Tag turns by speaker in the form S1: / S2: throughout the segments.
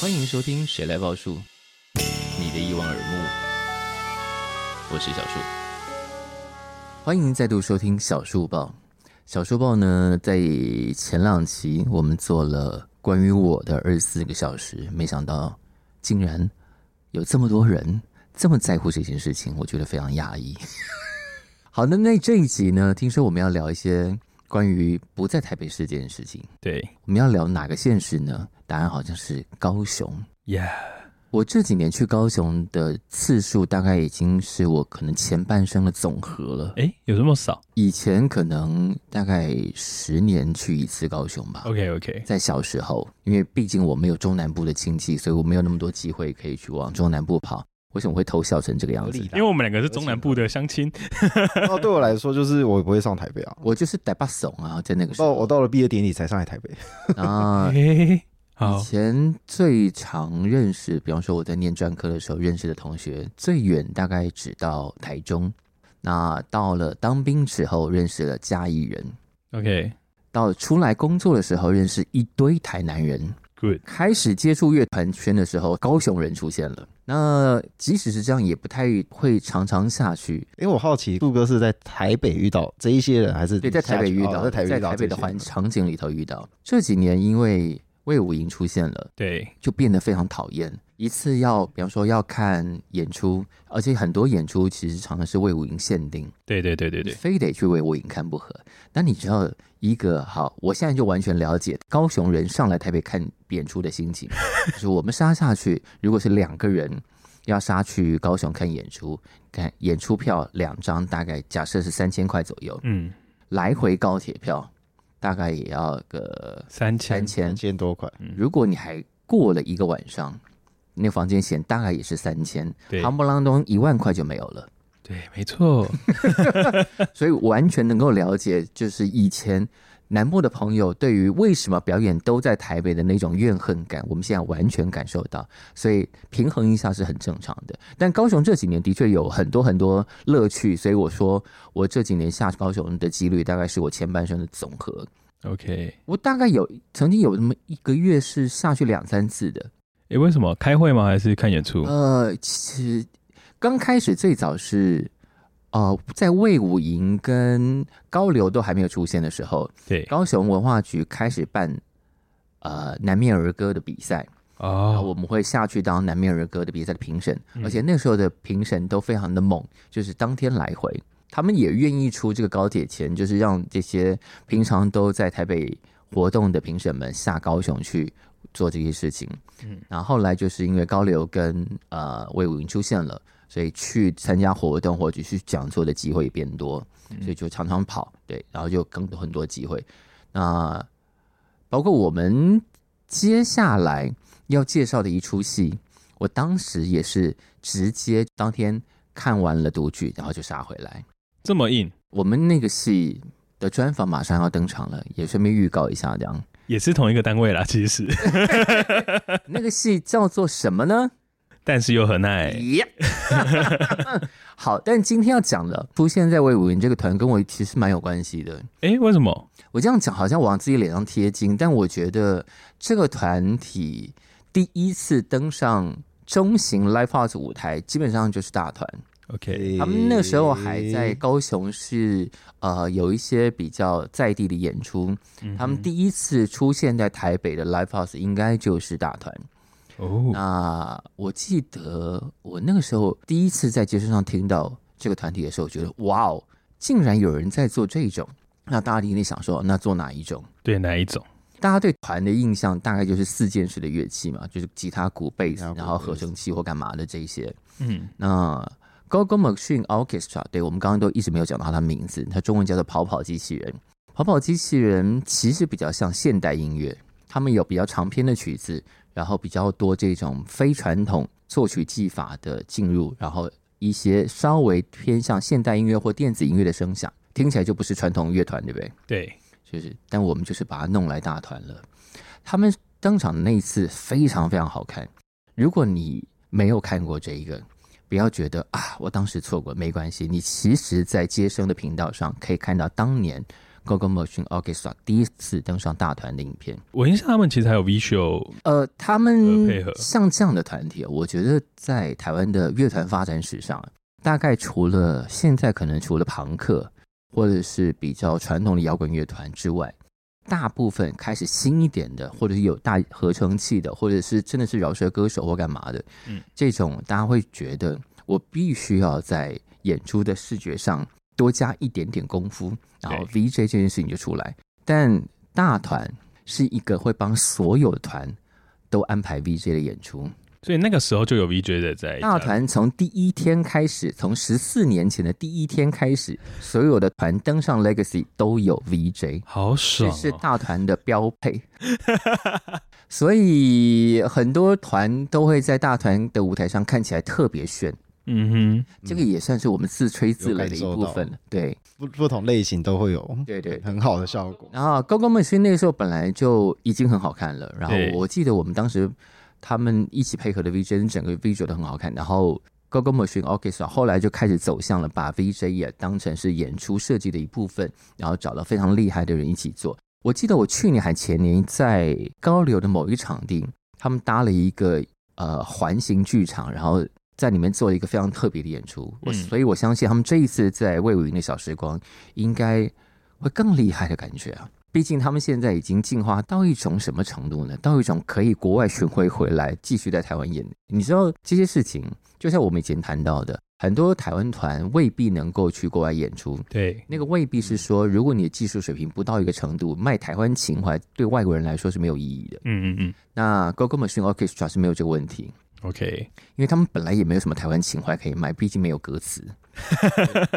S1: 欢迎收听《谁来报数》，你的一望而目，我是小树。欢迎再度收听小树报。小树报呢，在前两期我们做了关于我的二十四个小时，没想到竟然有这么多人这么在乎这件事情，我觉得非常讶异。 好的，那这一集呢，听说我们要聊一些关于不在台北市这件事情。
S2: 对
S1: 我们要聊哪个县市呢？答案好像是高雄。
S2: ，Yeah，
S1: 我这几年去高雄的次数，大概已经是我可能前半生的总和了。
S2: 哎，有这么少
S1: 以前可能大概十年去一次高雄吧，
S2: ？OK OK，
S1: 在小时候，因为毕竟我没有中南部的亲戚，所以我没有那么多机会可以去往中南部跑。为什么会偷笑成这个样子？
S2: 因为我们两个是中南部的乡亲，
S3: 然后哦对我来说，就是我不会上台北啊。
S1: 我就是逮把怂啊，在那个时
S3: 到
S1: 候
S3: 哦我到了毕业典礼才上来台北，
S1: 啊。
S2: 哎，好
S1: 以，前最常认识，比方说我在念专科的时候认识的同学，最远大概只到台中。那到了当兵之后，认识了嘉义人；
S2: OK，Good，
S1: 到了出来工作的时候，认识一堆台南人。开始接触乐团圈的时候，高雄人出现了。那即使是这样，也不太会常常下去。
S3: 因为我好奇杜哥是在台北遇到这一些人，还是
S1: 对，在台北遇到，
S3: 哦在台北遇到
S1: 的环
S3: 境。
S1: 场景里头遇到。这几年因为魏武营出现了。
S2: 对，
S1: 就变得非常讨厌。一次要，比方说要看演出，而且很多演出其实常常是魏武营限定，
S2: 对对对对
S1: 你
S2: 对，
S1: 非得去魏武营看不可。那你知道一个好，我现在就完全了解高雄人上来台北看演出的 心情，就是我们杀下去，如果是两个人要杀去高雄看演出，看演出票两张大概假设是三千块左右，
S2: 嗯，
S1: 来回高铁票大概也要个
S2: 三
S1: 三
S2: 千，
S1: 千
S3: 三，千多块，
S1: 如果你还过了一个晚上，那个房间钱大概也是三千，
S2: 对
S1: 夯不啷当一万块就没有了。
S2: 对， 没错，
S1: 所以完全能够了解，就是以前南部的朋友对于为什么表演都在台北的那种怨恨感，我们现在完全感受到，所以平衡一下是很正常的。但高雄这几年的确有很多很多乐趣，所以我说我这几年下高雄的几率大概是我前半生的总和。
S2: OK，
S1: 我大概有曾经有那么一个月是下去两三次的，
S2: 哎，为什么开会吗？还是看演出？
S1: 呃，其实刚开始最早是，呃，在魏武营跟高流都还没有出现的时候，
S2: 对，
S1: 高雄文化局开始办呃南面儿歌的比赛，然后
S2: 哦，
S1: 我们会下去当南面儿歌的比赛的评审，
S2: 嗯
S1: 而且那时候的评审都非常的猛，就是当天来回，他们也愿意出这个高铁钱，就是让这些平常都在台北活动的评审们下高雄去做这些事情。
S2: 嗯
S1: 然后后来就是因为高流跟呃魏武营出现了，所以去参加活动或者去讲座的机会也变多，
S2: 嗯
S1: 所以就常常跑，对，然后就更多很多机会。那包括我们接下来要介绍的一出戏，我当时也是直接当天看完了独剧，然后就杀回来。
S2: 这么硬，
S1: 我们那个戏的专访马上要登场了，也顺便预告一下，这样
S2: 也是同一个单位啦，其实，
S1: 那个戏叫做什么呢？
S2: 但是又很爱，
S1: 耶！ 好，但今天要讲的出现在魏武营这个团，跟我其实蛮有关系的。
S2: 哎，为什么？
S1: 我这样讲好像往自己脸上贴金，但我觉得这个团体第一次登上中型 live house 舞台，基本上就是大团。
S2: OK，
S1: 他们那时候还在高雄市，呃，有一些比较在地的演出。
S3: 嗯
S1: 他们第一次出现在台北的 live house 应该就是大团。
S3: 嗯
S2: 哦，
S1: 那我记得我那个时候第一次在街上听到这个团体的时候，我觉得哇哦，竟然有人在做这种。那大家一定想说，那做哪一种？
S2: 对，哪一种？
S1: 大家对团的印象大概就是四件式的乐器嘛，就是吉他、鼓、贝斯
S3: 吉他，鼓
S1: 然后合
S3: 贝斯
S1: 成器或干嘛的这一些。
S2: 嗯，
S1: 那 Gogo Machine Orchestra，对我们刚刚都一直没有讲到它的名字，它中文叫做跑跑机器人。跑跑机器人其实比较像现代音乐，他们有比较长篇的曲子，然后比较多这种非传统作曲技法的进入，然后一些稍微偏向现代音乐或电子音乐的声响，听起来就不是传统乐团，对不对？
S2: 对，
S1: 就是，但我们就是把它弄来大团了。他们登场的那一次非常非常好看。如果你没有看过这一个，不要觉得啊，我当时错过没关系，你其实，在接生的频道上可以看到当年 Gogo Motion Orchestra 第一次登上大团的影片。
S2: 我印象他们其实还有 visual，
S1: 呃，他
S2: 呃
S1: 们
S2: 配合
S1: 像这样的团体，我觉得在台湾的乐团发展史上，大概除了现在可能除了朋克或者是比较传统的摇滚乐团之外，大部分开始新一点的，或者是有大合成器的，或者是真的是饶舌歌手或干嘛的，
S2: 嗯，
S1: 这种大家会觉得我必须要在演出的视觉上多加一点点功夫，然后 VJ 这件事情就出来。但大团是一个会帮所有团都安排 VJ 的演出。
S2: 所以那个时候就有 VJ 的在
S1: 大团从第一天开始，从十四年前的第一天开始，所有的团登上 Legacy 都有 VJ，
S2: 好
S1: 这
S2: 爽、
S1: 是
S2: 哦，
S1: 大团的标配。所以很多团都会在大团的舞台上看起来特别炫，
S2: 嗯哼，
S1: 这个也算是我们自吹自擂的一
S3: 有感受
S1: 部
S3: 到
S1: 分了。对
S3: 不不同类型都会有
S1: 对对哦
S3: 很好的效果。
S1: 然后 Go Go Machine 那个时候本来就已经很好看了，然后
S2: 对
S1: 我记得我们当时他们一起配合的 VJ 整个 VJ 都很好看，然后 Go Go Machine Orchestra 后来就开始走向了把 VJ 也当成是演出设计的一部分，然后找了非常厉害的人一起做。我记得我去年还前年在高流的某一个场地，他们搭了一个呃环形剧场，然后在里面做了一个非常特别的演出。我、
S2: 嗯
S1: 所以我相信他们这一次在魏武营的小时光应该会更厉害的感觉啊！毕竟他们现在已经进化到一种什么程度呢？到一种可以国外巡回回来继续在台湾演。你知道这些事情，就像我们以前谈到的，很多台湾团未必能够去国外演出，
S2: 对，
S1: 那个未必
S2: 嗯
S1: 是说，如果你的技术水平不到一个程度，卖台湾情怀对外国人来说是没有意义的。
S2: 嗯嗯嗯
S1: 那 Go Go Machine Orchestra 是没有这个问题，
S2: ，OK，
S1: 因为他们本来也没有什么台湾情怀可以卖，毕竟没有歌 词。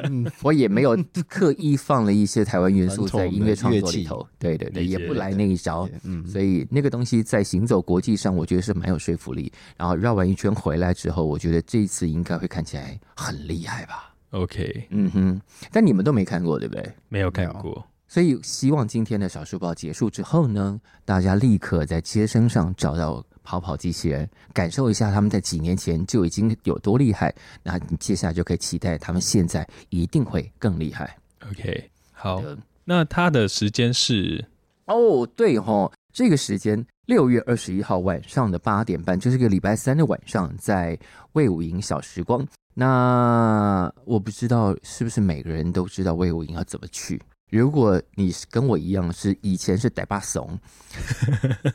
S1: 嗯我也没有刻意放了一些台湾元素在音乐创作里头，对对对，
S2: 理解
S1: 也不来那一招，
S3: 嗯，
S1: 所以那个东西在行走国际上，我觉得是蛮有说服力。然后绕完一圈回来之后，我觉得这一次应该会看起来很厉害吧。
S2: OK，
S1: 嗯哼，但你们都没看过，对不对？
S2: 没有看过，
S1: 所以希望今天的小书包结束之后呢，大家立刻在街声上找到跑跑机器人，感受一下他们在几年前就已经有多厉害。那你接下来就可以期待他们现在一定会更厉害。
S2: OK，好，
S1: 呃
S2: 那它的时间是
S1: 哦，对吼，这个时间六月二十一号晚上的八点半，就是个礼拜三的晚上，在魏武营小时光。那我不知道是不是每个人都知道魏武营要怎么去。如果你是跟我一样是以前是呆巴怂，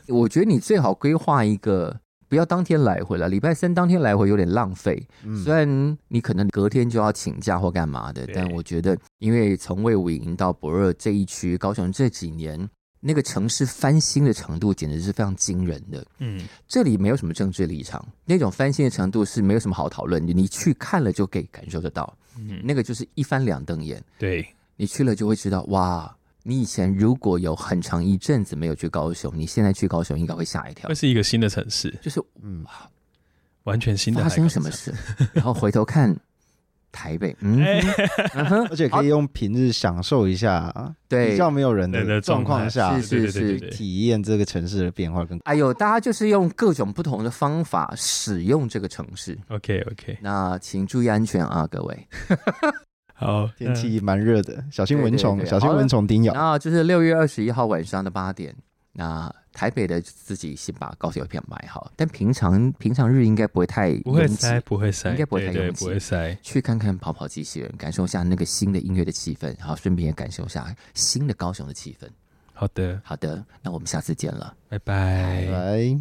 S1: 我觉得你最好规划一个，不要当天来回了。礼拜三当天来回有点浪费，
S3: 嗯
S1: 虽然你可能隔天就要请假或干嘛的，
S2: 对
S1: 但我觉得，因为从魏武营到博热这一区，高雄这几年那个城市翻新的程度，简直是非常惊人的。
S2: 嗯
S1: 这里没有什么政治立场，那种翻新的程度是没有什么好讨论的，你去看了就可以感受得到，
S2: 嗯，
S1: 那个就是一翻两瞪眼。
S2: 对，
S1: 你去了就会知道，哇，你以前如果有很长一阵子没有去高雄，你现在去高雄应该会吓一跳
S2: 会，是一个新的城市，
S1: 就是
S3: 嗯，
S2: 完全新的，
S1: 发生什么？事，然后回头看台北，嗯
S2: 哎，
S1: 嗯哼。
S3: 而且可以用平日享受一下，
S1: 对
S3: 比较没有人
S2: 人
S3: 的
S2: 的
S3: 状况下
S2: 态
S1: 是，是
S2: 对对对对对，
S3: 体验这个城市的变化跟
S1: 哎呦，大家就是用各种不同的方法使用这个城市。
S2: OK OK，
S1: 那请注意安全啊，各位。
S2: 好，
S3: 天
S2: 那
S3: 气蛮热的，小心蚊
S1: 对
S3: 虫，
S1: 对对
S3: 小心蚊虫叮咬。
S1: 那就是六月二十一号晚上的八点。那台北的自己先把高铁票买好，但平常平常日应该不会太
S2: 不会
S1: 拥挤。
S2: 塞，不会塞，
S1: 应该不会太
S2: 对对
S1: 拥挤
S2: 不会塞，
S1: 去看看跑跑机器人，感受一下那个新的音乐的气氛，然后顺便也感受一下新的高雄的气氛。
S2: 好的，
S1: 好的，那我们下次见了。
S2: 拜拜。
S3: 来。